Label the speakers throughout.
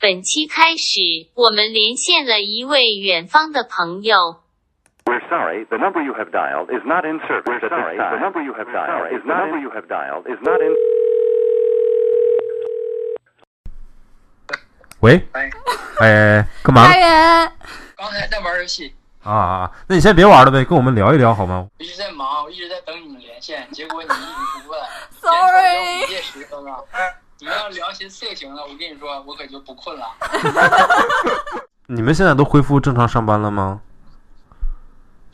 Speaker 1: 本期开始，我们连线了一位远方的朋友。
Speaker 2: We're sorry, the number you have dialed is not in service. We're sorry, the number you have dialed is not number you have dialed is not in.
Speaker 3: 喂，
Speaker 4: 哎，
Speaker 3: 哎，干嘛
Speaker 5: 家人，
Speaker 4: 刚才在玩游戏，
Speaker 3: 啊啊？啊那你先别玩了呗，跟我们聊一聊好吗？
Speaker 4: 一直在忙，我一直在等你们连线，结果你一直不问连着聊
Speaker 5: Sorry
Speaker 4: 午夜时分了。 你要聊些色情的，我跟你说，我可就不困了。
Speaker 3: 你们现在都恢复正常上班了吗？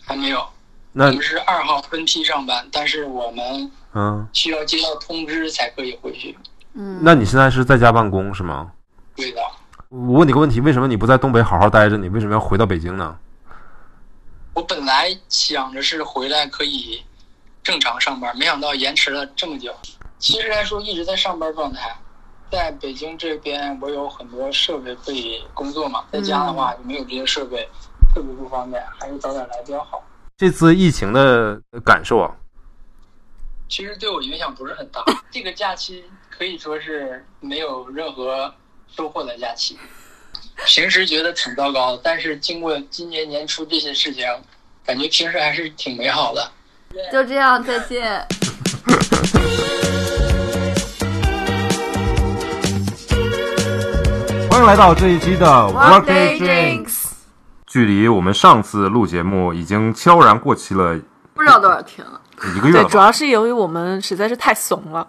Speaker 4: 还没有，我
Speaker 3: 那
Speaker 4: 们是二号分批上班，但是我们
Speaker 3: 嗯，
Speaker 4: 需要接到通知才可以回去。
Speaker 5: 嗯，
Speaker 3: 那你现在是在家办公是吗？
Speaker 4: 对的，
Speaker 3: 我问你个问题，为什么你不在东北好好待着？你为什么要回到北京呢？
Speaker 4: 我本来想着是回来可以正常上班，没想到延迟了这么久。其实来说一直在上班状态，在北京这边我有很多设备可以工作嘛，在家的话就没有这些设备，特别不方便，还是早点来比较好。
Speaker 3: 这次疫情的感受啊，
Speaker 4: 其实对我影响不是很大，这个假期可以说是没有任何收获的假期。平时觉得挺糟糕的，但是经过今年年初这些事情，感觉平时还是挺美好的。
Speaker 5: 就这样，再见。
Speaker 3: 欢迎来到这一期的
Speaker 5: Workday Drinks，
Speaker 3: 距离我们上次录节目已经悄然过期了
Speaker 5: 不知道多少天了。
Speaker 3: 一个月
Speaker 6: 对，
Speaker 3: 了
Speaker 6: 主
Speaker 3: 吧，
Speaker 6: 要是由于我们实在是太怂了。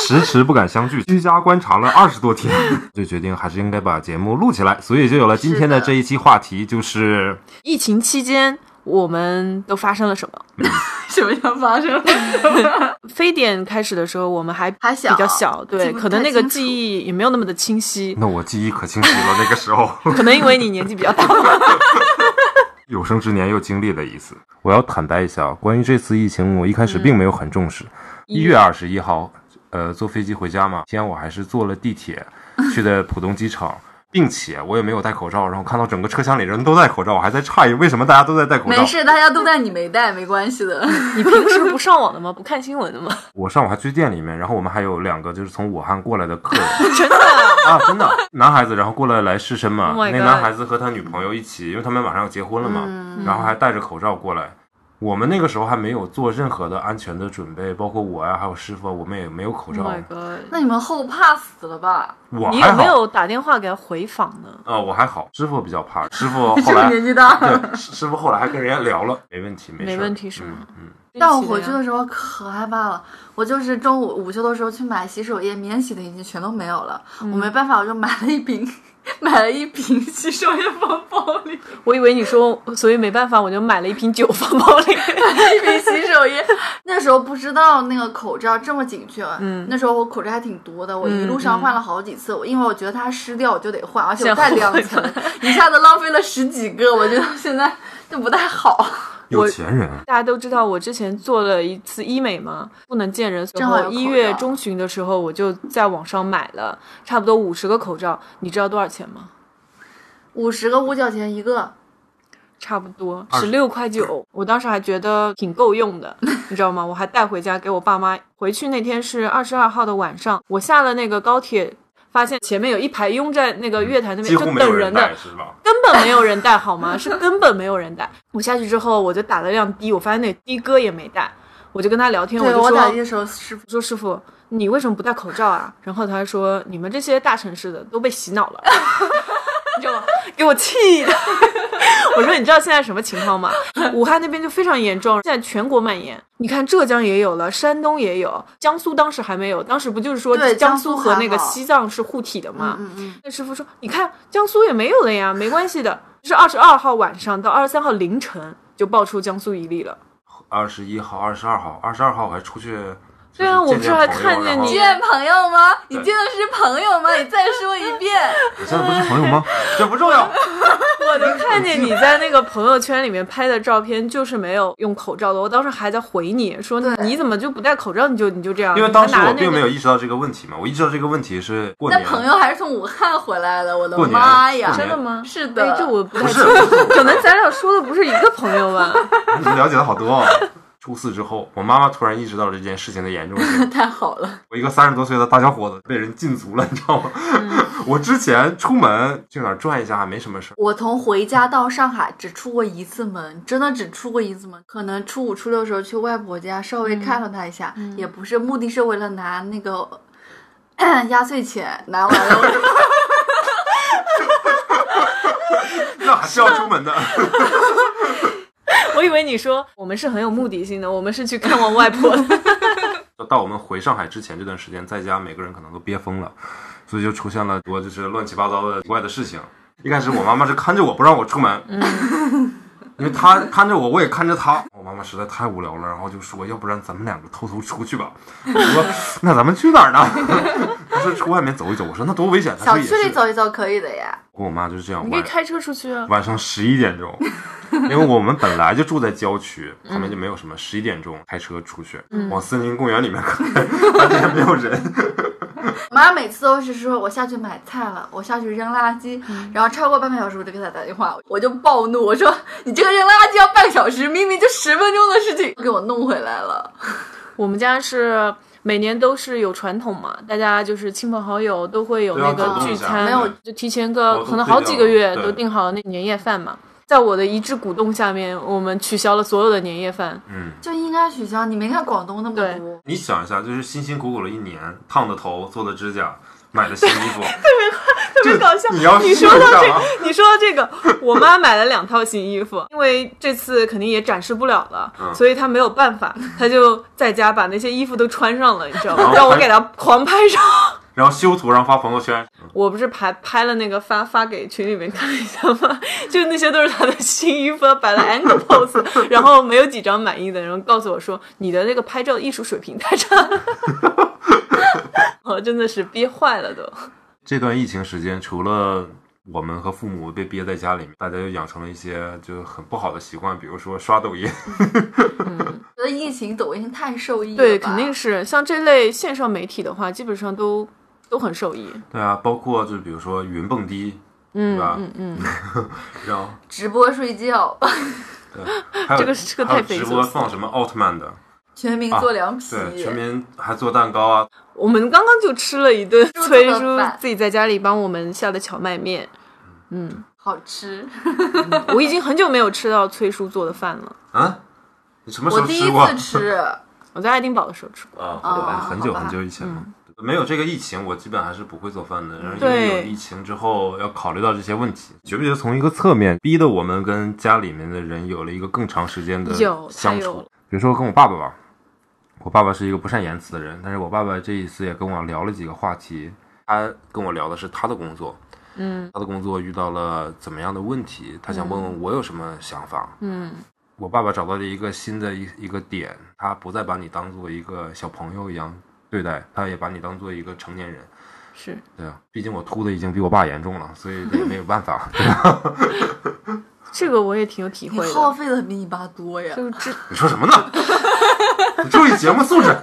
Speaker 3: 迟迟不敢相聚，居家观察了二十多天， 就决定还是应该把节目录起来，所以就有了今天的
Speaker 5: 是的
Speaker 3: 这一期话题，就是
Speaker 6: 疫情期间，我们都发生了什么？
Speaker 5: 什么叫 发生了？
Speaker 6: 非典开始的时候，我们还
Speaker 5: 还小
Speaker 6: 比较小，
Speaker 5: 记
Speaker 6: 对，
Speaker 5: 不
Speaker 6: 可能
Speaker 5: 太
Speaker 6: 那个
Speaker 5: 清楚
Speaker 6: 记忆也没有那么的 清晰，
Speaker 3: 那我记忆可清晰了，那个时候。
Speaker 6: 可能因为你年纪比较大。
Speaker 3: 有生之年又经历了一次。我要坦白一下，关于这次疫情，我一开始并没有很重
Speaker 5: 嗯
Speaker 3: 视。一、月二十一号，呃，坐飞机回家嘛，先我还是坐了地 铁去的浦东机场，并且我也没有戴口罩，然后看到整个车厢里人都戴口罩，我还在诧异为什么大家都在戴口罩
Speaker 5: 没。事，大家都带，你没带没关 系的。
Speaker 6: 你平时不上网的吗？不看新闻的吗？
Speaker 3: 我上午还去店里面，然后我们还有两个就是从武汉过来的 客人，真的啊，真的男孩子，然后过来来试身嘛。
Speaker 6: Oh my
Speaker 3: 那
Speaker 6: God 嗯
Speaker 3: 男孩子和他女朋友一起，因为他们马上要结婚了嘛，然后还戴着口罩过来。我们那个时候还没有做任何的安全的准备，包括我呀、还有师傅，啊我们也没有口
Speaker 6: Oh
Speaker 3: 罩。
Speaker 6: my god！
Speaker 5: 那你们后怕死了吧？
Speaker 3: 我
Speaker 6: 你
Speaker 3: 还
Speaker 6: 有
Speaker 3: 好
Speaker 6: 没有打电话给他回访呢？
Speaker 3: 啊、我还好，师傅比较怕，师 傅后
Speaker 5: 这么
Speaker 3: 来
Speaker 5: 年纪大了。
Speaker 3: 哦对师师傅后来还跟人家聊了，没问题，没事儿
Speaker 6: 没问题是吗
Speaker 3: 嗯嗯
Speaker 5: 但我回去的
Speaker 6: 时
Speaker 5: 时候可害怕了，我就是中午午休的时候去买洗手液，免洗的已经全都没有了，
Speaker 3: 嗯
Speaker 5: 我没办法，我就买了一瓶， 买了一瓶洗手液放包里，
Speaker 6: 候，我以为你说，所以没办法，我就买了一瓶酒放包 里。
Speaker 5: 一瓶洗手液。那时候不知道那个口罩这么紧缺，嗯，那时候我口罩还挺多的，我一路
Speaker 6: 嗯
Speaker 5: 上换了好几次，我因为我觉得它湿掉我就得换，而且我带两层，一下子浪费了十几个，我觉得 现在就不太好。
Speaker 3: 有钱人，
Speaker 6: 大家都知道我之前做了一次医美嘛，不能见人，
Speaker 5: 正好有
Speaker 6: 然后
Speaker 5: 口罩
Speaker 6: 一月中旬的时候我就在网上买了差不多五十个口罩，你知道多少钱吗？
Speaker 5: 五十个五角钱一个，
Speaker 6: 差不多
Speaker 3: 二十
Speaker 6: 十六块九，我当时还觉得挺够 用的，你知道吗？我还带回家给我爸妈。回去那天是二十二号的晚上，我下了那个高铁，发现前面有一排拥在那个月台那边
Speaker 3: 嗯几
Speaker 6: 就
Speaker 3: 乎没有
Speaker 6: 等
Speaker 3: 人
Speaker 6: 的
Speaker 3: 戴，，是吧？
Speaker 6: 根本没有人带，好吗？是根本没有人带。我下去之后，我就打了辆的，我发现那的哥也没带，我就跟他聊天，
Speaker 5: 对
Speaker 6: 就
Speaker 5: 我
Speaker 6: 说
Speaker 5: 打的时候师傅
Speaker 6: 我说师傅，你为什么不戴口罩啊？然后他说你们这些大城市的都被洗脑了， 你知道吗？给我气的。 我说你知道现在什么情况吗？武汉那边就非常严重，现在全国蔓延。你看浙江也有了，山东也有，江苏当时还没有，当时不就是说
Speaker 5: 对江苏
Speaker 6: 苏和那个
Speaker 5: 还好
Speaker 6: 西藏是互体的吗？
Speaker 5: 嗯嗯。
Speaker 6: 那师傅说：“你看江苏也没有了呀，没关系的。”就是二十二号晚上到二十三号凌晨就爆出江苏一例了。
Speaker 3: 二十一号、二十二号、二十二号我还出去。
Speaker 6: 对啊
Speaker 3: 就是
Speaker 6: 我不是还
Speaker 3: 见见朋友
Speaker 6: 看
Speaker 3: 然后
Speaker 5: 见朋
Speaker 6: 见你
Speaker 5: 友吗？你
Speaker 3: 对
Speaker 5: 见的是朋友吗？你再说一遍。
Speaker 3: 我现在不是朋友 吗？这不重要。
Speaker 6: 我能看见你在那个朋友圈里面拍的照片，就是没有用口罩的。我当时还在回你说，
Speaker 5: 对
Speaker 6: 你怎么就不戴口罩？你就你就这样？
Speaker 3: 因为当时
Speaker 6: 你还
Speaker 3: 我
Speaker 6: 拿了那
Speaker 3: 并没
Speaker 6: 个
Speaker 3: 有意识到这个问题嘛，我意识到这个问题是过
Speaker 5: 那
Speaker 3: 年。
Speaker 5: 朋友还是从武汉回来的，我的
Speaker 3: 过年
Speaker 5: 妈
Speaker 3: 过
Speaker 5: 呀！
Speaker 3: 年
Speaker 6: 真的吗？
Speaker 5: 是的。
Speaker 6: 哎这我不太
Speaker 3: 不是
Speaker 6: 清楚， 可能咱俩说的不是一个朋友 吧？
Speaker 3: 你 们了解的好多、啊。初四之后，我妈妈突然意识到了这件事情的严重性
Speaker 5: 太好了，
Speaker 6: 嗯
Speaker 3: 我一个三十多岁的大小伙子被人禁足了，你知道吗？我之前出门去哪儿转一下没什么事儿，
Speaker 5: 我从回家到上海只出过一次门，真的只出过一次门。可能初五、初六的时候去外婆家稍微看了她一下，也不是目的是为了拿那个 压岁钱，拿 完了我
Speaker 3: 啊那还是要出门的。
Speaker 6: 我以为你说我们是很有目的性的，我们是去看望外婆的。
Speaker 3: 就到我们回上海之前这段时间，在家每个人可能都憋疯了，所以就出现了多就是乱七八糟的奇怪的事情。一开始我妈妈是看着我不让我出门，因为她看着我，我也看着她。我妈妈实在太无聊了，然后就说：“要不然咱们两个偷偷出去吧。”我说：“那咱们去哪儿呢？” 她说：“出外面走一走。”我说：“那多危险！”她
Speaker 5: 小
Speaker 3: 说：“也
Speaker 5: 区里
Speaker 3: 是。”
Speaker 5: 走一走可以的呀。
Speaker 3: 我跟我妈就是这样
Speaker 6: 你可以
Speaker 3: 玩。
Speaker 6: 开车出去 啊。
Speaker 3: 晚上十一点钟，因为我们本来就住在郊区，
Speaker 6: 嗯
Speaker 3: 旁边就没有什么。十一点钟开车出去，往森林公园里面开， 发现没有人。
Speaker 5: 我妈每次都是说我下去买菜了，我下去扔垃圾，然后超过半个小时我就给她打电话，我就暴怒，我说你这个扔垃圾要半小时，明明就十分钟的事情，给我弄回来了。
Speaker 6: 我们家是每年都是有传统嘛，大家就是亲朋好友都会有
Speaker 3: 都要
Speaker 6: 那个
Speaker 3: 走动
Speaker 6: 聚
Speaker 3: 一下对
Speaker 6: 餐，
Speaker 5: 没有
Speaker 6: 就提前
Speaker 3: 活
Speaker 6: 个
Speaker 3: 动
Speaker 6: 可能
Speaker 3: 定
Speaker 6: 好几个
Speaker 3: 了
Speaker 6: 月
Speaker 3: 对
Speaker 6: 都订好那年夜饭嘛。在我的一致鼓动下面，我们取消了所有的年夜饭。
Speaker 3: 嗯，
Speaker 5: 就应该取消。你没看广东那么
Speaker 6: 对
Speaker 5: 多，
Speaker 3: 你想一下，就是辛辛苦苦了一年，烫的头，做的指甲，买的新衣 服，
Speaker 6: 特别搞笑。
Speaker 3: 你要
Speaker 6: 啊你
Speaker 3: 试
Speaker 6: 说
Speaker 3: 一
Speaker 6: 到
Speaker 3: 下
Speaker 6: 这
Speaker 3: 吗
Speaker 6: 你说到这个，我妈买了两套新衣服，因为这次肯定也展示不了了，
Speaker 3: 嗯
Speaker 6: 所以她没有办法，她就在家把那些衣服都穿上了，你知道
Speaker 3: 然
Speaker 6: 吗？
Speaker 3: 后
Speaker 6: 让我
Speaker 3: 拍
Speaker 6: 给她狂拍照。
Speaker 3: 然后修图，然后发朋友圈。
Speaker 6: 我不是拍拍了那个发发给群里面看了一下吗？ 就那些都是她的新衣服，她摆了 angle pose，然后没有几张满意的，然后告诉我说你的那个拍照艺术水平太差 了。我真的是憋坏了都，
Speaker 3: 这段疫情时间，除了我们和父母被憋在家里面，大家又养成了一些就很不好的习惯，比如说刷抖音。
Speaker 5: 觉得疫情抖音太受益了吧。
Speaker 6: 对，肯定是像这类线上媒体的话，基本上都都很受益。
Speaker 3: 对啊，包括就比如说云蹦迪，对
Speaker 6: 嗯
Speaker 3: 吧
Speaker 6: 嗯嗯，
Speaker 3: 然后
Speaker 5: 直播睡觉，
Speaker 3: 还有
Speaker 6: 这个是个
Speaker 3: 还有
Speaker 6: 太匪夷
Speaker 3: 直
Speaker 6: 所
Speaker 3: 播
Speaker 6: 思
Speaker 3: 放什么奥特曼的，
Speaker 5: 全民做凉皮，
Speaker 3: 啊对，全民还做蛋糕啊，
Speaker 6: 我们刚刚就吃了一顿崔
Speaker 5: 做
Speaker 6: 叔
Speaker 5: 的饭
Speaker 6: 自己在家里帮我们下的荞麦面。嗯，
Speaker 5: 好吃。
Speaker 6: 我已经很久没有吃到崔叔做的饭了。
Speaker 3: 啊，你什么时
Speaker 5: 我
Speaker 3: 候
Speaker 5: 第
Speaker 3: 吃
Speaker 5: 一
Speaker 3: 过？
Speaker 5: 次吃，
Speaker 6: 我在爱丁堡的时候吃过。
Speaker 3: 啊，
Speaker 5: 哦
Speaker 3: 对很久
Speaker 5: 好吧
Speaker 3: 很久以前嘛。嗯没有这个疫情，我基本还是不会做饭的。然后因
Speaker 6: 对
Speaker 3: 为有疫情之后，要考虑到这些问题，觉不觉得从一个侧面逼得我们跟家里面的人有了一个更长时间的
Speaker 6: 有
Speaker 3: 相
Speaker 6: 太有
Speaker 3: 处
Speaker 6: 了？
Speaker 3: 比如说跟我爸爸吧，我爸爸是一个不善言辞的人，但是我爸爸这一次也跟我聊了几个话题。他跟我聊的是他的工作，
Speaker 6: 嗯
Speaker 3: 他的工作遇到了怎么样的问题，他想问
Speaker 5: 嗯
Speaker 3: 问我有什么想法。
Speaker 6: 嗯
Speaker 3: 我爸爸找到了一个新的一一个点，他不再把你当做一个小朋友一样对待，他也把你当做一个成年人，
Speaker 6: 是
Speaker 3: 对啊，毕竟我秃的已经比我爸严重了，所以这也没有办法。
Speaker 6: 这个我也挺有体
Speaker 5: 你
Speaker 6: 会
Speaker 5: 耗
Speaker 6: 的。
Speaker 5: 费的比你爸多呀。
Speaker 6: 就是这
Speaker 3: 你说什么呢？你注意节目素质。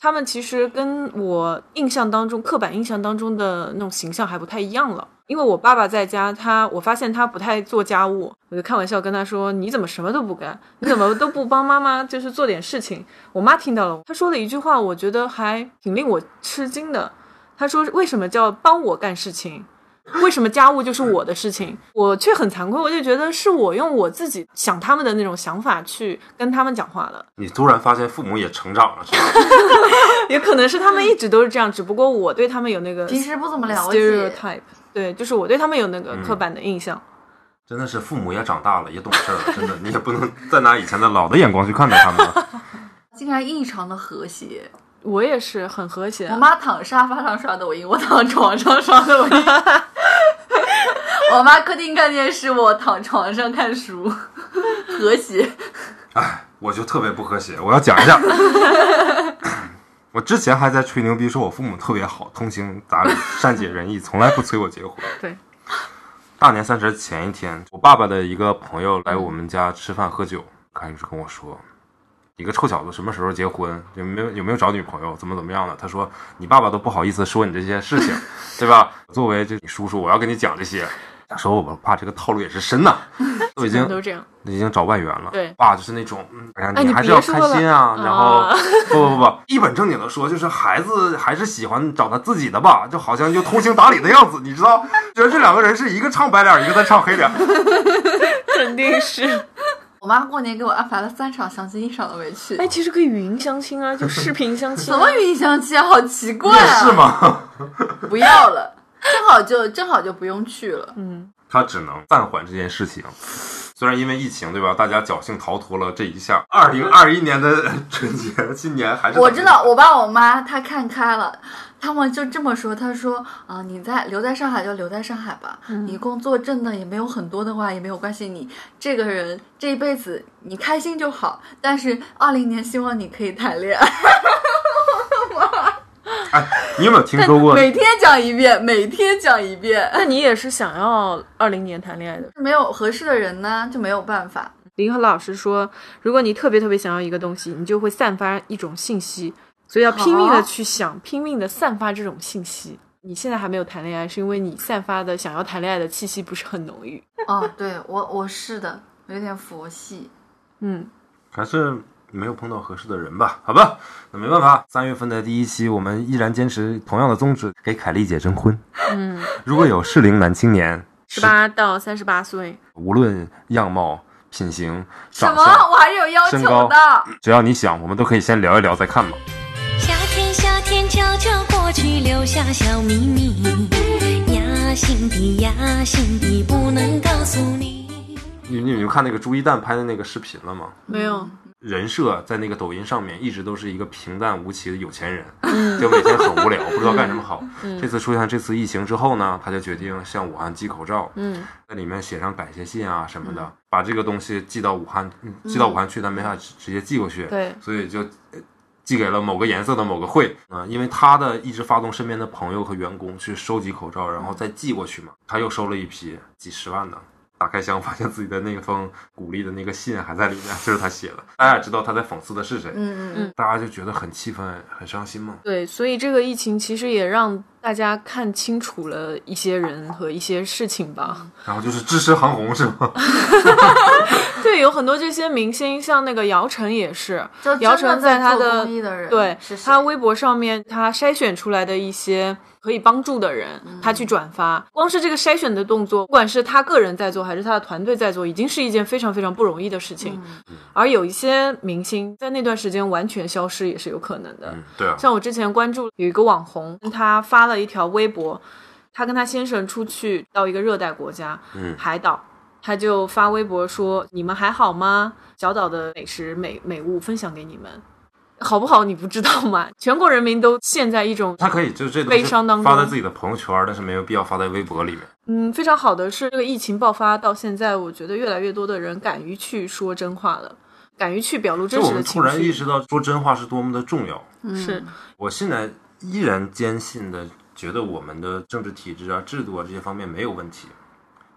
Speaker 6: 他们其实跟我印象当中刻板印象当中的那种形象还不太一样了。因为我爸爸在家，他我发现他不太做家务，我就开玩笑跟他说：“你怎么什么都不干？你怎么都不帮妈妈就是做点事情？”我妈听到了，她说了一句话，我觉得还挺令我吃惊的。她说：“为什么叫帮我干事情？”为什么家务就是我的事情？我却很惭愧，我就觉得是我用我自己想他们的那种想法去跟他们讲话了。
Speaker 3: 你突然发现父母也成长了，是吧？
Speaker 6: 也可能是他们一直都是这样，只不过我对他们有那 个
Speaker 5: 平时不怎么了解，
Speaker 6: stereotype，对，就是我对他们有那个刻板的印象。
Speaker 3: 真的是父母也长大了，也懂事儿了，真的，你也不能再拿以前的老的眼光去看待他们了。
Speaker 5: 竟然异常的和谐。
Speaker 6: 我也是很和谐啊
Speaker 5: 我，妈躺沙发上刷抖音，我躺床上刷抖音。 我妈客厅看电视，我躺床上看书， 和谐。
Speaker 3: 我就特别不和谐，我要讲一下。我之前还在吹牛逼，说我父母特别好，通情达理，善解人意，从来不催我结婚。
Speaker 6: 对，
Speaker 3: 大年三十前一天，我爸爸的一个朋友来我们家吃饭喝酒，开始跟我说，你个臭小子什么时候结婚？有没有有没有找女朋友？怎么怎么样的？他说你爸爸都不好意思说你这些事情，对吧？作为这叔叔，我要跟你讲这些。那时候我爸这个套路也是深 呐，都已经
Speaker 6: 都这样。
Speaker 3: 已经找外援了。
Speaker 6: 对
Speaker 3: 爸就是那种，嗯，哎呀，
Speaker 6: 哎你
Speaker 3: 还是要
Speaker 6: 别
Speaker 3: 开
Speaker 6: 说
Speaker 3: 心
Speaker 6: 了
Speaker 3: 啊。 然后
Speaker 6: 啊
Speaker 3: 不不不，一本正经的说，就是孩子还是喜欢找他自己的吧，就好像就通情达理的样子，你知道？觉得这两个人是一个唱白脸，一个在唱 黑脸。
Speaker 6: 啊肯定是。
Speaker 5: 我妈过年给我安排了三场相亲，一场都没去
Speaker 6: 哎，。其实可以语音相亲啊，就视频相亲、
Speaker 5: 什么语音相亲啊？好奇怪
Speaker 3: 也
Speaker 5: 啊！
Speaker 3: 是？吗？
Speaker 5: 不要了，正好就正好就不用去了。
Speaker 3: 他只能暂缓这件事情。虽然因为疫情，对吧？大家侥幸逃脱了这一下。二零二一年的春节，今年还是
Speaker 5: 我知道，我爸我妈他看开了，他们就这么说。他说啊、你在留在上海就留在上海吧，
Speaker 6: 嗯
Speaker 5: 你工作挣的也没有很多的话也没有关系，你这个人这一辈子你开心就好。但是二零年希望你可以谈恋爱，
Speaker 3: 哎，你有没有听说过？
Speaker 5: 每天讲一遍，每天讲一遍。
Speaker 6: 那你也是想要二零年谈恋爱的？
Speaker 5: 没有合适的人呢，就没有办法。
Speaker 6: 林和老师说，如果你特别特别想要一个东西，你就会散发一种信息，所以要拼命的去想，拼命的散发这种信息。你现在还没有谈恋爱，是因为你散发的想要谈恋爱的气息不是很浓郁。
Speaker 5: 哦，对我我是的，有点佛系。
Speaker 6: 嗯，
Speaker 3: 还是没有碰到合适的人吧？好吧，那没办法。三月份的第一期，我们依然坚持同样的宗旨，给凯丽姐征婚。嗯，如果有适龄男青年，
Speaker 6: 十八到三十八岁，
Speaker 3: 无论样貌、品行、
Speaker 5: 什
Speaker 3: 长
Speaker 5: 么？
Speaker 3: 相，
Speaker 5: 我还有要求
Speaker 3: 身高
Speaker 5: 的。
Speaker 3: 只要你想，我们都可以先聊一聊再看嘛。
Speaker 7: 夏天，夏天悄悄过去，留下小秘密。压心底，压心底，不能告诉你。
Speaker 3: 你你们看那个朱一蛋拍的那个视频了吗？
Speaker 6: 没有，
Speaker 3: 人设在那个抖音上面一直都是一个平淡无奇的有钱人，
Speaker 5: 嗯
Speaker 3: 就每天很无聊，不知道干什么 好。这次出现这次疫情之后呢，他就决定向武汉寄口罩，
Speaker 6: 嗯，
Speaker 3: 在里面写上感谢信啊什么的，把这个东西寄到武汉，嗯寄到武汉去，但没法直直接寄过去，
Speaker 6: 对
Speaker 3: 所以就呃寄给了某个颜色的某个会啊、因为他的一直发动身边的朋友和员工去收集口罩，然后再寄过去嘛，他又收了一批几十万的。打开箱，发现自己的那封鼓励的那个信还在里面，就是他写的。大家也知道他在讽刺的是谁，
Speaker 5: 嗯嗯嗯，
Speaker 3: 大家就觉得很气愤、很伤心嘛。
Speaker 6: 对，所以这个疫情其实也让大家看清楚了一些人和一些事情吧。
Speaker 5: 嗯
Speaker 3: 然后就是支持韩红是 吗？
Speaker 6: 对，有很多这些明星，像那个姚晨也是
Speaker 5: 就，
Speaker 6: 姚
Speaker 5: 真的
Speaker 6: 晨在她
Speaker 5: 做
Speaker 6: 的
Speaker 5: 公益的人
Speaker 6: 对
Speaker 5: 是谁
Speaker 6: 她微博上面，她筛选出来的一些可以帮助的人，
Speaker 5: 嗯
Speaker 6: 她去转发。光是这个筛选的动作，不管是她个人在做，还是她的团队在做，已经是一件非常非常不容易的事情。
Speaker 5: 嗯
Speaker 6: 而有一些明星在那段时间完全消失也是有可能的。
Speaker 3: 嗯，对啊。
Speaker 6: 像我之前关注有一个网红，他发了一条微博，他跟他先生出去到一个热带国家，
Speaker 3: 嗯
Speaker 6: 海岛，他就发微博说：“你们还好吗？小岛的美食美美物分享给你们，好不好？你不知道吗？ 全国人民都陷在一种
Speaker 3: 他可以就是这东西
Speaker 6: 悲伤当中
Speaker 3: 发在自己的朋友圈，但是没有必要发在微博里面。
Speaker 6: 嗯，非常好的是，这个疫情爆发到现在，我觉得越来越多的人敢于去说真话了，敢于去表露
Speaker 3: 就
Speaker 6: 真
Speaker 3: 我
Speaker 6: 实
Speaker 3: 们
Speaker 6: 的
Speaker 3: 突
Speaker 6: 情
Speaker 3: 然意
Speaker 6: 绪，
Speaker 3: 识到说真话是多么的重要。
Speaker 5: 嗯
Speaker 6: 是
Speaker 3: 我现在依然坚信的，觉得我们的政治体制啊、制度啊这些方面没有问题，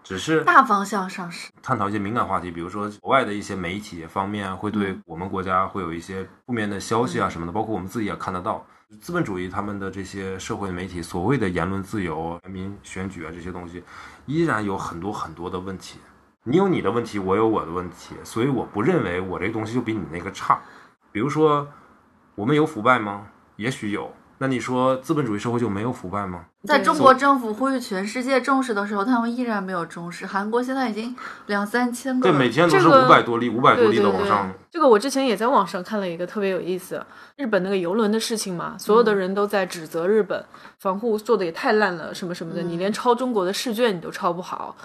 Speaker 3: 只是
Speaker 5: 大方向上是。
Speaker 3: 探讨一些敏感话题，比如说国外的一些媒体方面会
Speaker 6: 嗯
Speaker 3: 对我们国家会有一些负面的消息啊什么的，包括我们自己也看得到。资本主义他们的这些社会媒体所谓的言论自由、人民选举啊这些东西，依然有很多很多的问题。你有你的问题，我有我的问题，所以我不认为我这东西就比你那个差。比如说，我们有腐败吗？也许有。那你说资本主义社会就没有腐败吗？
Speaker 5: 在中国政府呼吁全世界重视的时候，他们依然没有重视。韩国现在已经两三千个
Speaker 3: 对，
Speaker 5: 了，
Speaker 3: 每天都是
Speaker 6: 这个
Speaker 3: 五百多例、五百多
Speaker 6: 对
Speaker 3: 例
Speaker 6: 对
Speaker 3: 的
Speaker 6: 对，
Speaker 3: 往上。
Speaker 6: 这个我之前也在网上看了一个特别有意思，日本那个游轮的事情嘛，所有的人都在指责日本、防护做的也太烂了，什么什么的，你连抄中国的试卷你都抄不好。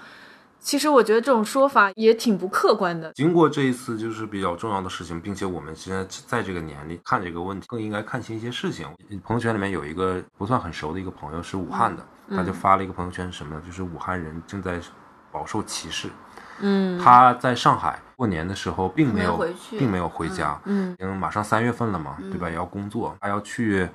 Speaker 6: 其实我觉得这种说法也挺不客观的。
Speaker 3: 经过这一次就是比较重要的事情，并且我们现在在这个年龄看这个问题，更应该看清一些事情。嗯朋友圈里面有一个不算很熟的一个朋友是武汉的，他就发了一个朋友圈是什么呢？就是武汉人正在饱受歧视。
Speaker 6: 嗯，
Speaker 3: 他在上海过年的时候并没有
Speaker 5: 没回去
Speaker 3: 并没有回家，嗯，因为马上三月份了嘛，对吧？也要工作，他要去，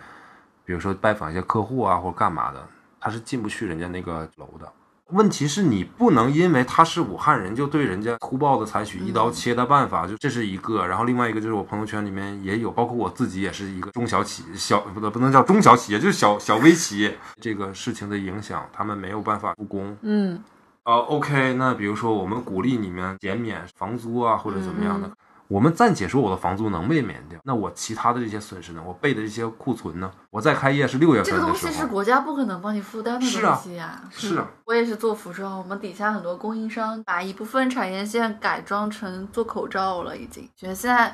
Speaker 3: 比如说拜访一些客户啊，或者干嘛的，他是进不去人家那个楼的。问题是你不能因为他是武汉人就对人家粗暴的采取一
Speaker 5: 嗯
Speaker 3: 刀切的办法，就这是一个。然后另外一个就是我朋友圈里面也有，包括我自己也是一个中小企小不不能叫中小企业，就是小小微企业。这个事情的影响，他们没有办法复工，
Speaker 6: 嗯，
Speaker 3: 呃，OK，那比如说我们鼓励你们减免房租啊，或者怎么样
Speaker 5: 嗯
Speaker 3: 的，我们暂且说我的房租能被免掉，那我其他的这些损失呢？我备的这些库存呢？我再开业是六月
Speaker 5: 这
Speaker 3: 份
Speaker 5: 个
Speaker 3: 的
Speaker 5: 东
Speaker 3: 时
Speaker 5: 西是
Speaker 3: 候，
Speaker 5: 国家不可能帮你负担的
Speaker 3: 是
Speaker 5: 东
Speaker 3: 啊
Speaker 5: 西呀、
Speaker 3: 是啊，
Speaker 5: 我也是做服装，我们底下很多供应商把一部分产业线改装成做口罩了，已经。觉得现在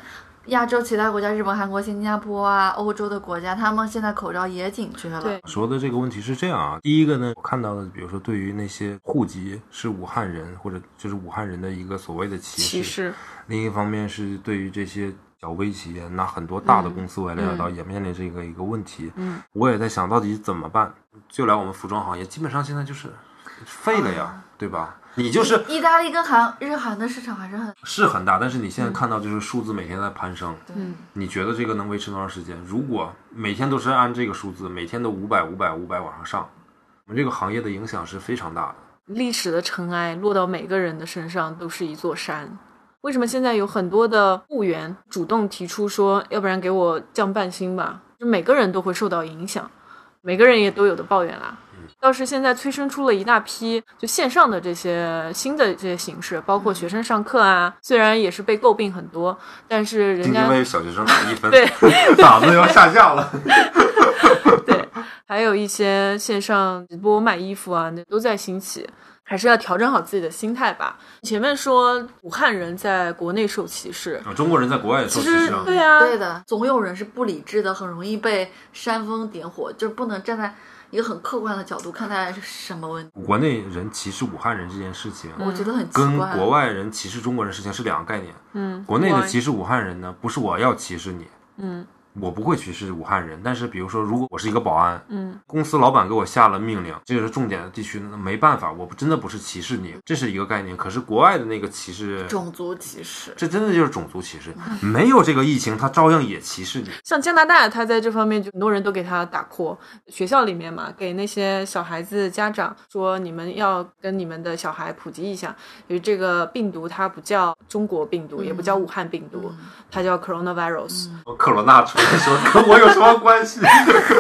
Speaker 5: 亚洲其他国家，日本、韩国、新加坡啊，欧洲的国家，他们现在口罩也紧缺了
Speaker 6: 对。
Speaker 3: 说的这个问题是这样啊，第一个呢，我看到的，比如说对于那些户籍是武汉人或者就是武汉人的一个所谓的歧视，
Speaker 6: 歧视，
Speaker 3: 另一方面是对于这些小微企业，拿很多大的公司为代表，
Speaker 6: 嗯
Speaker 3: 也面临这个一个问题。
Speaker 6: 嗯，
Speaker 3: 我也在想到底怎么办。就来我们服装行业，基本上现在就是废了呀，
Speaker 6: 啊
Speaker 3: 对吧？你就是
Speaker 5: 意大利跟韩日韩的市场还是很
Speaker 3: 是很大，但是你现在看到就是数字每天在攀升，
Speaker 5: 对。
Speaker 6: 嗯
Speaker 3: 你觉得这个能维持多长时间？如果每天都是按这个数字，每天都五百、五百、五百往上上，我们这个行业的影响是非常大的。
Speaker 6: 历史的尘埃落到每个人的身上都是一座山。为什么现在有很多的雇员主动提出说，要不然给我降半薪吧？就每个人都会受到影响，每个人也都有的抱怨啦。倒是现在催生出了一大批就线上的这些新的这些形式，包括学生上课啊，虽然也是被诟病很多，但是人
Speaker 3: 今
Speaker 6: 家
Speaker 3: 天为小学生打一分，
Speaker 6: 对，
Speaker 3: 嗓子要下架了。
Speaker 6: 还有一些线上直播卖衣服啊，那都在兴起，还是要调整好自己的心态吧。前面说武汉人在国内受歧视，
Speaker 3: 啊中国人在国外也受
Speaker 6: 其
Speaker 3: 歧
Speaker 6: 实
Speaker 3: 视啊。
Speaker 6: 对啊，
Speaker 5: 对的，总有人是不理智的，很容易被煽风点火，就是不能站在一个很客观的角度看待是什么问题，
Speaker 3: 国内人歧视武汉人这件事情，
Speaker 6: 嗯
Speaker 5: 我觉得很奇
Speaker 3: 跟
Speaker 5: 怪。
Speaker 3: 国外人歧视中国人事情是两个概念。
Speaker 6: 嗯，
Speaker 3: 国内的
Speaker 6: 我
Speaker 3: 歧视武汉人呢，不是我要歧视你，
Speaker 6: 嗯
Speaker 3: 我不会歧视武汉人。但是比如说，如果我是一个保安，
Speaker 6: 嗯，
Speaker 3: 公司老板给我下了命令，这个是重点的地区，那没办法，我不真的不是歧视你，这是一个概念。可是国外的那个歧视。
Speaker 5: 种族歧视，
Speaker 3: 这真的就是种族歧视，没有这个疫情，他照样也歧视你。
Speaker 6: 像加拿大，他在这方面就很多人都给他打 call，学校里面嘛，给那些小孩子家长说，你们要跟你们的小孩普及一下，因为这个病毒它不叫中国病毒，也不叫武汉病毒，
Speaker 5: 嗯
Speaker 6: 它叫 coronavirus，、
Speaker 3: 我克罗纳出来说 跟我有什么关系？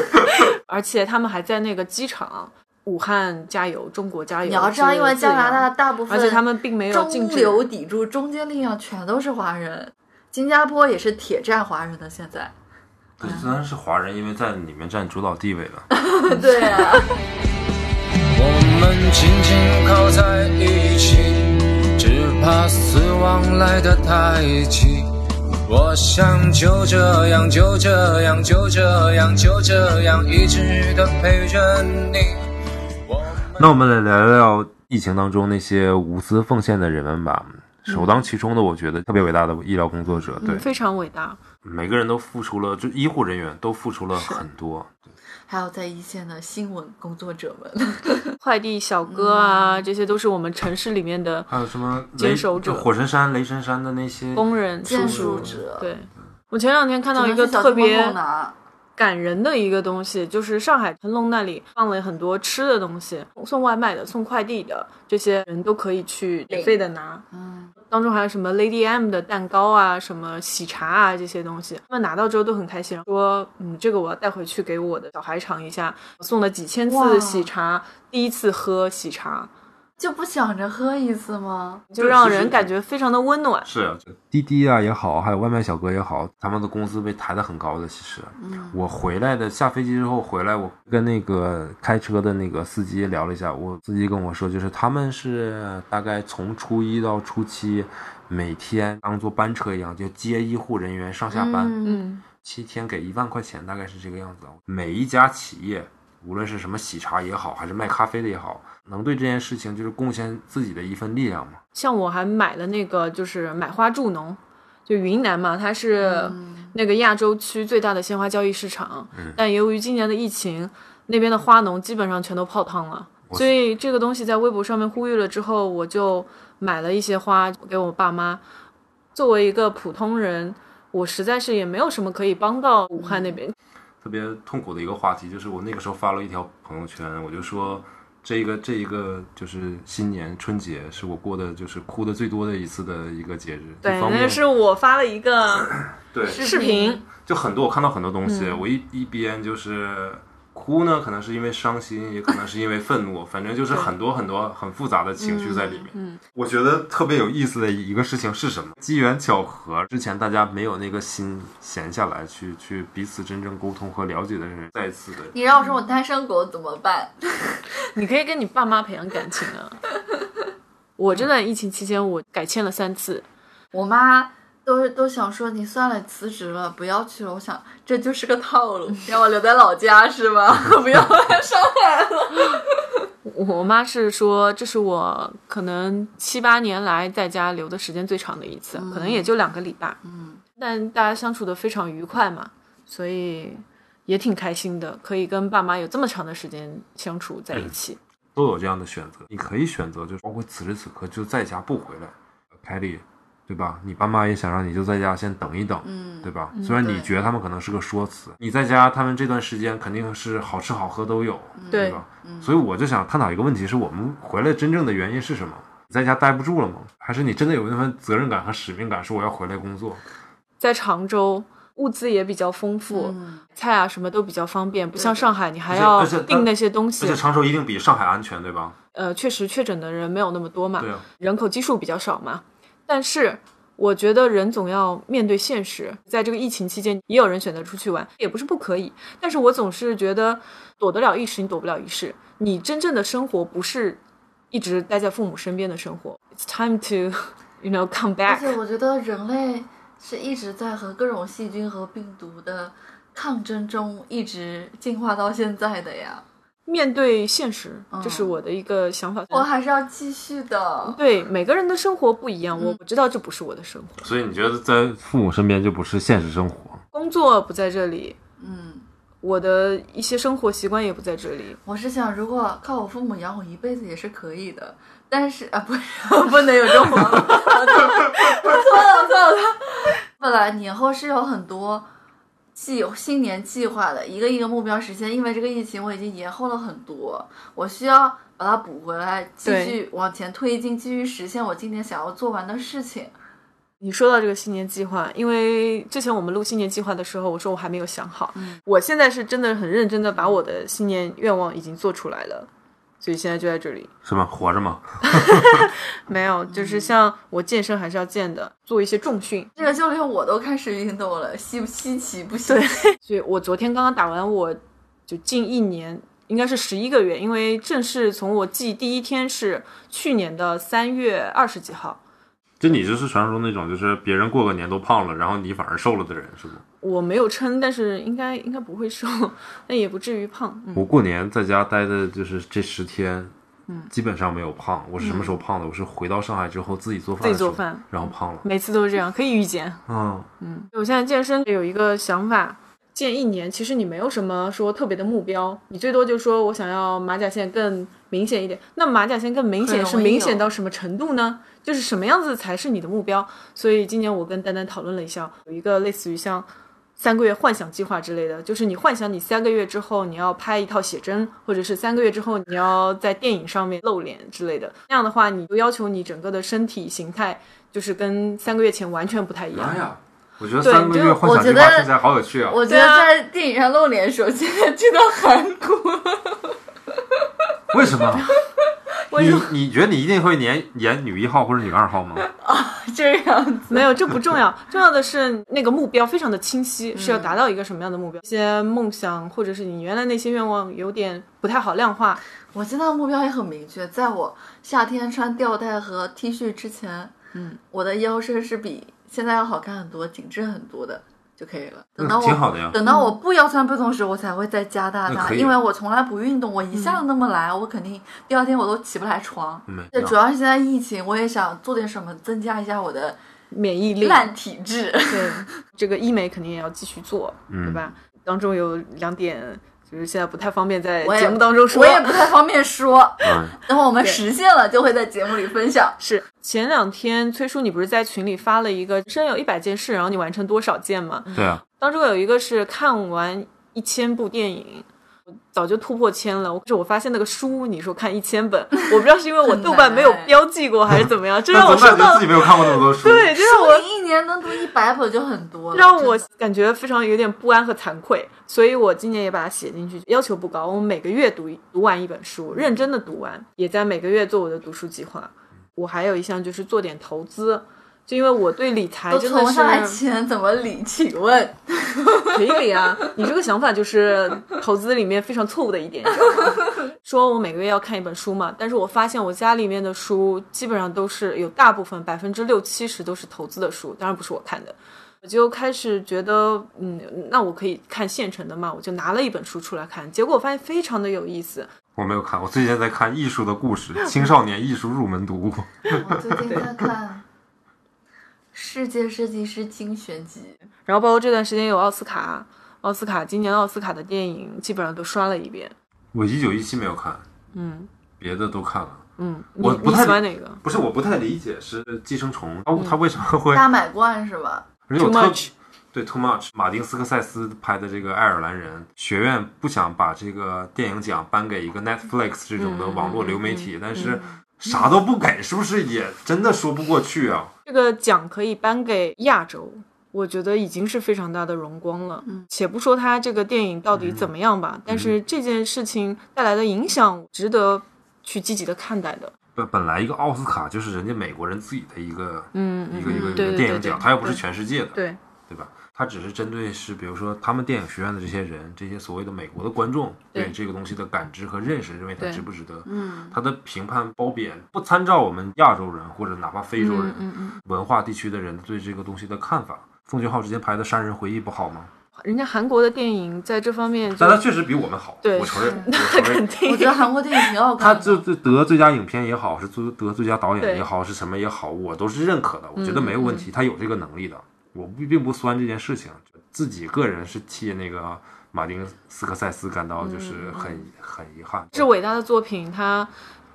Speaker 6: 而且他们还在那个机场，武汉加油，中国加油，
Speaker 5: 你要知道，
Speaker 6: 是
Speaker 5: 因为加拿
Speaker 6: 自
Speaker 5: 大
Speaker 6: 由，
Speaker 5: 大部分，
Speaker 6: 而且他们并没有禁
Speaker 5: 中
Speaker 6: 止
Speaker 5: 流砥柱，中间力量全都是华人。新加坡也是铁站华人的，现在。
Speaker 3: 对，虽然是华人，因为在里面占主导地位了。
Speaker 5: 对啊，
Speaker 8: 我们紧紧靠在一起，只怕死亡来得太急。我想就这样，就这样，就这样，就这样，一直的陪着你。我们
Speaker 3: 那我们来聊聊疫情当中那些无私奉献的人们吧。首当其冲的，我觉得特别伟大的医疗工作者，对，
Speaker 6: 嗯非常伟大，
Speaker 3: 每个人都付出了，就医护人员都付出了很多。
Speaker 5: 还有在一线的新闻工作者们，
Speaker 6: 快递小哥啊，
Speaker 5: 嗯
Speaker 6: 这些都是我们城市里面的
Speaker 3: 还有什么
Speaker 6: 坚
Speaker 3: 雷
Speaker 6: 守者
Speaker 3: 就火神山、雷神山的那些
Speaker 6: 工人
Speaker 5: 建
Speaker 6: 叔
Speaker 5: 筑
Speaker 6: 叔。
Speaker 5: 者，
Speaker 6: 对，我前两天嗯看
Speaker 5: 只
Speaker 6: 到
Speaker 5: 能
Speaker 6: 一
Speaker 5: 去
Speaker 6: 个
Speaker 5: 小
Speaker 6: 特
Speaker 5: 区门
Speaker 6: 别
Speaker 5: 口拿
Speaker 6: 感人的一个东西，就是上海腾龙那里放了很多吃的东西，送外卖的、送快递的，这些人都可以去免费的拿。
Speaker 5: 嗯，
Speaker 6: 当中还有什么 Lady M 的蛋糕啊、什么喜茶啊这些东西，他们拿到之后都很开心，说嗯，这个我要带回去给我的小孩尝一下。我送了几千
Speaker 5: 哇
Speaker 6: 次喜茶，第一次喝喜茶，
Speaker 5: 就不想着喝一次吗？
Speaker 6: 就让
Speaker 3: 是
Speaker 6: 人
Speaker 3: 是
Speaker 6: 感觉非常的温暖。
Speaker 3: 是啊滴滴啊也好，还有外卖小哥也好，他们的工资被抬得很高的。其实，我回来的下飞机之后回来，我跟那个开车的那个司机聊了一下，我司机跟我说，就是他们是大概从初一到初七，每天当做班车一样，就接医护人员上下班。
Speaker 5: 嗯
Speaker 6: 嗯，
Speaker 3: 七天给一万块钱，大概是这个样子啊。每一家企业，无论是什么喜茶也好，还是卖咖啡的也好，能对这件事情就是贡献自己的一份力量嘛。
Speaker 6: 像我还买了那个，就是买花助农，就云南嘛，它是那个亚洲区最大的鲜花交易市场。但由于今年的疫情，那边的花农基本上全都泡汤了。所以这个东西在微博上面呼吁了之后，我就买了一些花给我爸妈。作为一个普通人，我实在是也没有什么可以帮到武汉那边。
Speaker 3: 特别痛苦的一个话题就是，我那个时候发了一条朋友圈，我就说。这一个这一个就是新年春节是我过的就是哭的最多的一次的一个节日，
Speaker 6: 对
Speaker 3: 一，方
Speaker 6: 那
Speaker 3: 面
Speaker 6: 是我发了一个
Speaker 3: 对
Speaker 6: 视频，
Speaker 3: 嗯就很多我看到很多东西，我一一边就是。哭呢，可能是因为伤心，也可能是因为愤怒， 反正就是很多很多很复杂的情绪在里面。嗯，我觉得特别有意思的一个事情是什么？机缘巧合，之前大家没有那个心闲下来去去彼此真正沟通和了解的人，再次的
Speaker 5: 你让我说我单身狗怎么办？
Speaker 6: 你可以跟你爸妈培养感情啊。我这段疫情期间，我改签了三次，
Speaker 5: 我妈都都想说你算了，辞职了，不要去了。我想这就是个套路，让我留在老家是吧？ 不要来上海了。
Speaker 6: 我我妈是说，这是我可能七八年来在家留的时间最长的一次，可能也就两个礼拜。嗯，但大家相处的非常愉快嘛，所以也挺开心的，可以跟爸妈有这么长的时间相处在一起。
Speaker 3: 都有这样的选择。你可以选择，就是包括此时此刻就在家不回来，凯里，对吧？你爸妈也想让你就在家先等一等，嗯，对吧？虽然你
Speaker 5: 对
Speaker 3: 觉得他们可能是个说辞，你在家他们这段时间肯定是好吃好喝都有，
Speaker 6: 嗯
Speaker 3: 对吧？所以我就想探讨一个问题：是我们回来真正的原因是什么？你在家待不住了吗？还是你真的有那份责任感和使命感，说我要回来工作？
Speaker 6: 在常州。物资也比较丰富，菜啊什么都比较方便，不像上海你还要
Speaker 3: 嗯而且而且
Speaker 6: 订那些东西
Speaker 3: 而且。常州一定比上海安全，对吧？
Speaker 6: 呃，确实确诊的人没有那么多嘛，
Speaker 3: 对啊
Speaker 6: 人口基数比较少嘛。但是我觉得人总要面对现实，在这个疫情期间，也有人选择出去玩，也不是不可以。但是我总是觉得，躲得了一时，你躲不了一世。你真正的生活不是一直待在父母身边的生活。It's time to, you know, come
Speaker 5: 而
Speaker 6: back。
Speaker 5: 且我觉得人类是一直在和各种细菌和病毒的抗争中一直进化到现在的呀，
Speaker 6: 面对现实，这是我的一个想法。
Speaker 5: 嗯我还是要继续的。
Speaker 6: 对每个人的生活不一样，
Speaker 5: 嗯
Speaker 6: 我我知道这不是我的生活，
Speaker 3: 所以你觉得在父母身边就不是现实生活？
Speaker 6: 工作不在这里，
Speaker 5: 嗯，
Speaker 6: 我的一些生活习惯也不在这里。
Speaker 5: 我是想，如果靠我父母养我一辈子也是可以的，但是啊，不是 不能有这种 想法，我错了，我错了，我错了。本来年后是有很多计新年计划的，一个一个目标实现，因为这个疫情我已经延后了很多，我需要把它补回来，继
Speaker 6: 对
Speaker 5: 续往前推进，继续实现我今年想要做完的事情。
Speaker 6: 你说到这个新年计划，因为之前我们录新年计划的时候，我说我还没有想好，我现在是真的很认真的把我的新年愿望已经做出来了，所以现在就在这里。
Speaker 3: 是吗？活着吗？
Speaker 6: 没有，就是像我健身还是要健的，做一些重训。
Speaker 5: 这个就连我都开始运动了，稀不稀奇不稀奇。
Speaker 6: 所以我昨天刚刚打完，我就近一年应该是十一个月，因为正式从我记第一天是去年的三月二十几号，
Speaker 3: 就你就是传说中那种，就是别人过个年都胖了，然后你反而瘦了的人，是吗？
Speaker 6: 我没有称，但是应该应该不会瘦， 但也不至于胖。嗯，
Speaker 3: 我过年在家待的就是这十天，嗯，基本上没有胖。我是什么时候胖的？我是回到上海之后自己做饭的时候，
Speaker 6: 嗯自己做饭
Speaker 3: 然后胖了。
Speaker 6: 每次都是这样，可以预见。
Speaker 3: 嗯，
Speaker 6: 我现在健身有一个想法，健一年，其实你没有什么说特别的目标，你最多就说我想要马甲线更明显一点。那马甲线更明显
Speaker 5: 很容易
Speaker 6: 是明显
Speaker 5: 有
Speaker 6: 到什么程度呢？就是什么样子才是你的目标？所以今年我跟丹丹讨论了一下，有一个类似于像。三个月幻想计划之类的，就是你幻想你三个月之后你要拍一套写真，或者是三个月之后你要在电影上面露脸之类的。那样的话，你就要求你整个的身体形态就是跟三个月前完全不太一样。
Speaker 3: 妈哎呀！我觉得
Speaker 6: 对
Speaker 3: 三个
Speaker 6: 就
Speaker 3: 月幻
Speaker 5: 我
Speaker 3: 想计
Speaker 5: 觉
Speaker 3: 划
Speaker 5: 得
Speaker 3: 听起来好有趣啊！
Speaker 5: 我觉
Speaker 6: 对
Speaker 5: 得
Speaker 6: 啊
Speaker 5: 在电影上露脸的时候，现在去到韩国。
Speaker 3: 为什 么？你你觉得你一定会演演女一号或者女二号 吗？
Speaker 5: 这样 子。
Speaker 6: 没有，这不重要，重要的是那个目标非常的清
Speaker 5: 嗯
Speaker 6: 晰，是要达到一个什么样的目标。一些梦想或者是你原来那些愿望有点不太好量化，
Speaker 5: 我现在的目标也很明确，在我夏天穿吊带和 T 恤之前，嗯，我的腰身是比现在要好看很多、紧致很多的就可以了。等到
Speaker 3: 嗯
Speaker 5: 我、
Speaker 3: 挺好的呀
Speaker 5: 等到我不腰酸背痛时，我才会再加大
Speaker 3: 那
Speaker 5: 它，
Speaker 3: 可以
Speaker 5: 因为我从来不运动，我一下子那么来，我肯定第二天我都起不来床。
Speaker 3: 没
Speaker 5: 对，主要是现在疫情，我也想做点什么，增加一下我的
Speaker 6: 免疫力。
Speaker 5: 烂体质。
Speaker 6: 对，这个医美肯定也要继续做，
Speaker 3: 嗯
Speaker 6: 对吧？当中有两点就是现在不太方便在
Speaker 5: 我也
Speaker 6: 节目当中说，
Speaker 5: 我也不太方便 说，
Speaker 3: 嗯，
Speaker 5: 等我们
Speaker 6: 对
Speaker 5: 实现了就会在节目里分享。
Speaker 6: 是前两天崔叔你不是在群里发了一个，身有一百件事，然后你完成多少件吗？
Speaker 3: 对啊，
Speaker 6: 当中有一个是看完一千部电影，早就突破千了。就是我发现那个书，你说看一千本，我不知道是因为我豆瓣没有
Speaker 5: 哎
Speaker 6: 标记过还是怎么样，这让
Speaker 3: 那
Speaker 6: 啊我
Speaker 3: 总
Speaker 6: 收
Speaker 3: 感觉
Speaker 6: 到
Speaker 3: 自己没有看过那么多书。
Speaker 6: 对，这让
Speaker 5: 说
Speaker 6: 我
Speaker 5: 你一年能读一百本就很多了，
Speaker 6: 让我
Speaker 5: 真的
Speaker 6: 感觉非常有点不安和惭愧，所以我今年也把它写进去，要求不高，我每个月读一读完一本书，认真的读完，也在每个月做我的读书计划。我还有一项就是做点投资，就因为我对理财
Speaker 5: 都
Speaker 6: 真的
Speaker 5: 存上来
Speaker 6: 是
Speaker 5: 钱怎么理？请 问，
Speaker 6: 可以理啊，你这个想法就是投资里面非常错误的一点。你知道吗 说我每个月要看一本书嘛，但是我发现我家里面的书基本上都是有大部分百分之六七十都是投资的书，当然不是我看的。我就开始觉得，嗯，那我可以看现成的嘛，我就拿了一本书出来看，结果我发现非常的有意思。
Speaker 3: 我没有看，我最近在看《艺术的故事》，青少年艺术入门读物。
Speaker 5: 我最近在看《世界设计师精选集
Speaker 6: 然后包括这段时间有奥斯卡，奥斯卡今年奥斯卡的电影基本上都刷了一遍。
Speaker 3: 我一九一七没有看，
Speaker 6: 嗯
Speaker 3: 别的都看了。
Speaker 6: 嗯，你
Speaker 3: 我不
Speaker 6: 你
Speaker 3: 太
Speaker 6: 喜欢哪个？嗯
Speaker 3: 不是，我不太理解是寄生虫，它它为什么》会？
Speaker 5: 大买罐是吧？
Speaker 3: 而且我
Speaker 6: Too
Speaker 3: 特
Speaker 6: much
Speaker 3: 对 Too Much，马丁斯科塞斯拍的这个《爱尔兰人》，学院不想把这个电影奖颁给一个 Netflix 这种的网络流媒
Speaker 6: 嗯
Speaker 3: 体，但是啥都不给，是不是也真的说不过去啊？
Speaker 6: 这个奖可以颁给亚洲，我觉得已经是非常大的荣光了。嗯，且不说它这个电影到底怎么样吧，但是
Speaker 3: 嗯
Speaker 6: 这件事情带来的影响值得去积极的看待的。
Speaker 3: 本本来一个奥斯卡就是人家美国人自己的一个
Speaker 6: 嗯
Speaker 3: 一个一个一
Speaker 6: 对
Speaker 3: 个
Speaker 6: 对
Speaker 3: 电影
Speaker 6: 对
Speaker 3: 奖，
Speaker 6: 对
Speaker 3: 它又不是
Speaker 6: 对
Speaker 3: 全世界的，
Speaker 6: 对，
Speaker 3: 对吧？它只是针对是比如说他们电影学院的这些人，这些所谓的美国的观众
Speaker 6: 对
Speaker 3: 对这个东西的感知和认识，认为它
Speaker 6: 对
Speaker 3: 值不值得。
Speaker 5: 嗯，
Speaker 3: 它的评判褒贬不参照我们亚洲人或者哪怕非洲人
Speaker 6: 嗯、嗯嗯，
Speaker 3: 文化地区的人对这个东西的看法。奉俊昊之前拍的《杀人回忆》不好吗？
Speaker 6: 人家韩国的电影在这方面就
Speaker 3: 但他确实 比我们好，
Speaker 6: 对
Speaker 3: 我承认，我
Speaker 6: 那
Speaker 3: 承
Speaker 6: 肯
Speaker 3: 认。
Speaker 6: 定
Speaker 5: 我觉得韩国电影挺 好
Speaker 3: 他
Speaker 5: 看
Speaker 3: 就
Speaker 5: 的。
Speaker 3: 就得最佳影片也好，是最得最佳导
Speaker 6: 对
Speaker 3: 演也好，是什么也好，我都是认可
Speaker 6: 嗯
Speaker 3: 的，我觉得没有问题，他有这个能力的，我不并不酸这件事情，自己个人是替那个马丁斯科塞斯感到就是很、很遗憾。
Speaker 6: 嗯是伟大的作品，它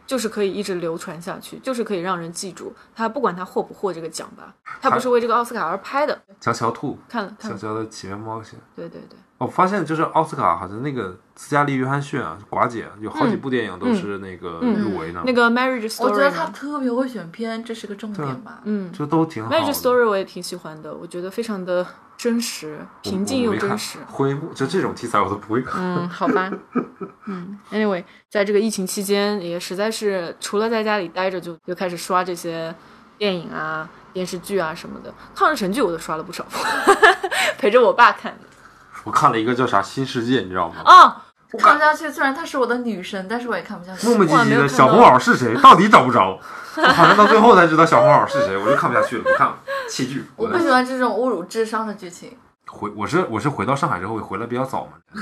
Speaker 6: 就是可以一直流传下去，就是可以让人记住它，不管它获不获这个奖吧，它不是为这个奥斯卡而拍的。
Speaker 3: 乔乔兔，
Speaker 6: 看了看
Speaker 3: 乔
Speaker 6: 了，
Speaker 3: 乔的《奇妙冒险》，
Speaker 6: 对对对，
Speaker 3: 我发现就是奥斯卡好像那个斯嘉丽约翰逊啊，寡姐有好几部电影都是那个入围呢，
Speaker 6: 嗯那个《Marriage
Speaker 5: 我觉》
Speaker 6: Story
Speaker 5: 得
Speaker 6: 呢
Speaker 5: 他特别会选片，这是个重点吧。
Speaker 6: 嗯，
Speaker 3: 就都挺好的。
Speaker 6: Marriage Story 我也挺喜欢的，我觉得非常的真实，
Speaker 3: 我
Speaker 6: 平静
Speaker 3: 我
Speaker 6: 又
Speaker 3: 没看
Speaker 6: 真实。
Speaker 3: 婚姻故就这种题材我都不会看。
Speaker 6: 嗯，好吧，嗯，anyway，在这个疫情期间，也实在是除了在家里待着就，就开始刷这些电影啊、电视剧啊什么的。抗日神剧我都刷了不少， 陪着我爸看的。
Speaker 3: 我看了一个叫啥《新世界》，你知道吗？
Speaker 6: 哦，
Speaker 5: 看不下去，虽然她是我的女神，但是我也看不下去。
Speaker 3: 磨磨
Speaker 6: 哇
Speaker 3: 唧
Speaker 6: 没
Speaker 3: 唧
Speaker 6: 有
Speaker 3: 的
Speaker 6: 看
Speaker 3: 小
Speaker 6: 到
Speaker 3: 红袄是谁，到底找不着， 我好像到最后才知道小红袄是谁，我就看不下去了，不看了，弃剧。
Speaker 5: 我不喜欢这种侮辱智商的剧情。
Speaker 3: 回我是我是回到上海之后回来比较早嘛，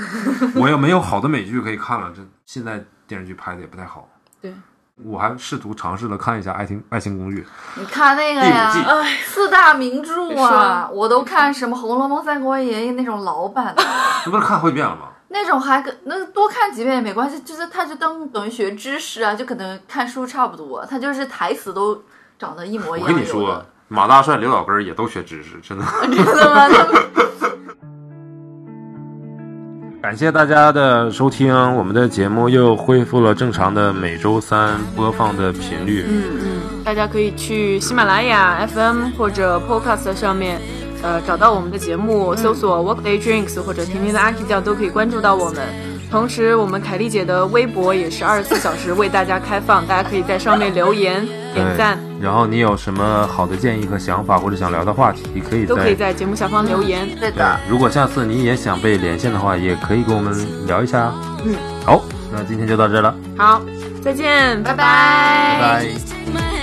Speaker 3: 我也没有好的美剧可以看了，这现在电视剧拍的也不太好。
Speaker 6: 对，
Speaker 3: 我还试图尝试了看一下《爱情爱情公寓》
Speaker 5: 你看那个
Speaker 3: 第五
Speaker 5: 呀，哎
Speaker 3: 季，
Speaker 5: 四大名著
Speaker 6: 别说
Speaker 5: 啊，我都看什么《红楼梦》《三国演义》那种老版的，
Speaker 3: 那不是看好几遍了吗？
Speaker 5: 那种还可那多看几遍也没关系，就是它就当等于学知识啊，就可能看书差不多，它就是台词都长得一模一
Speaker 3: 我
Speaker 5: 样。
Speaker 3: 跟你
Speaker 5: 有
Speaker 3: 说
Speaker 5: 的，，
Speaker 3: 马大帅、刘老根儿也都学知识，真的。
Speaker 5: 真的吗？ 他们
Speaker 3: 感谢大家的收听，我们的节目又恢复了正常的每周三播放的频率。
Speaker 6: 大家可以去喜马拉雅 FM 或者 Podcast 上面，呃，找到我们的节目，搜索 Workday Drinks 或者甜甜的阿 K 酱都可以关注到我们。同时，我们凯丽姐的微博也是二十四小时为大家开放，大家可以在上面留言、点赞，
Speaker 3: 对然后你有什么好的建议和想法，或者想聊的话题，可以
Speaker 6: 都可以在节目下方留言。
Speaker 5: 对
Speaker 3: 对
Speaker 5: 的，，
Speaker 3: 如果下次你也想被连线的话，也可以跟我们聊一下。啊嗯，好，那今天就到这了，
Speaker 6: 好，再见，拜拜
Speaker 3: 拜拜。
Speaker 7: Just take my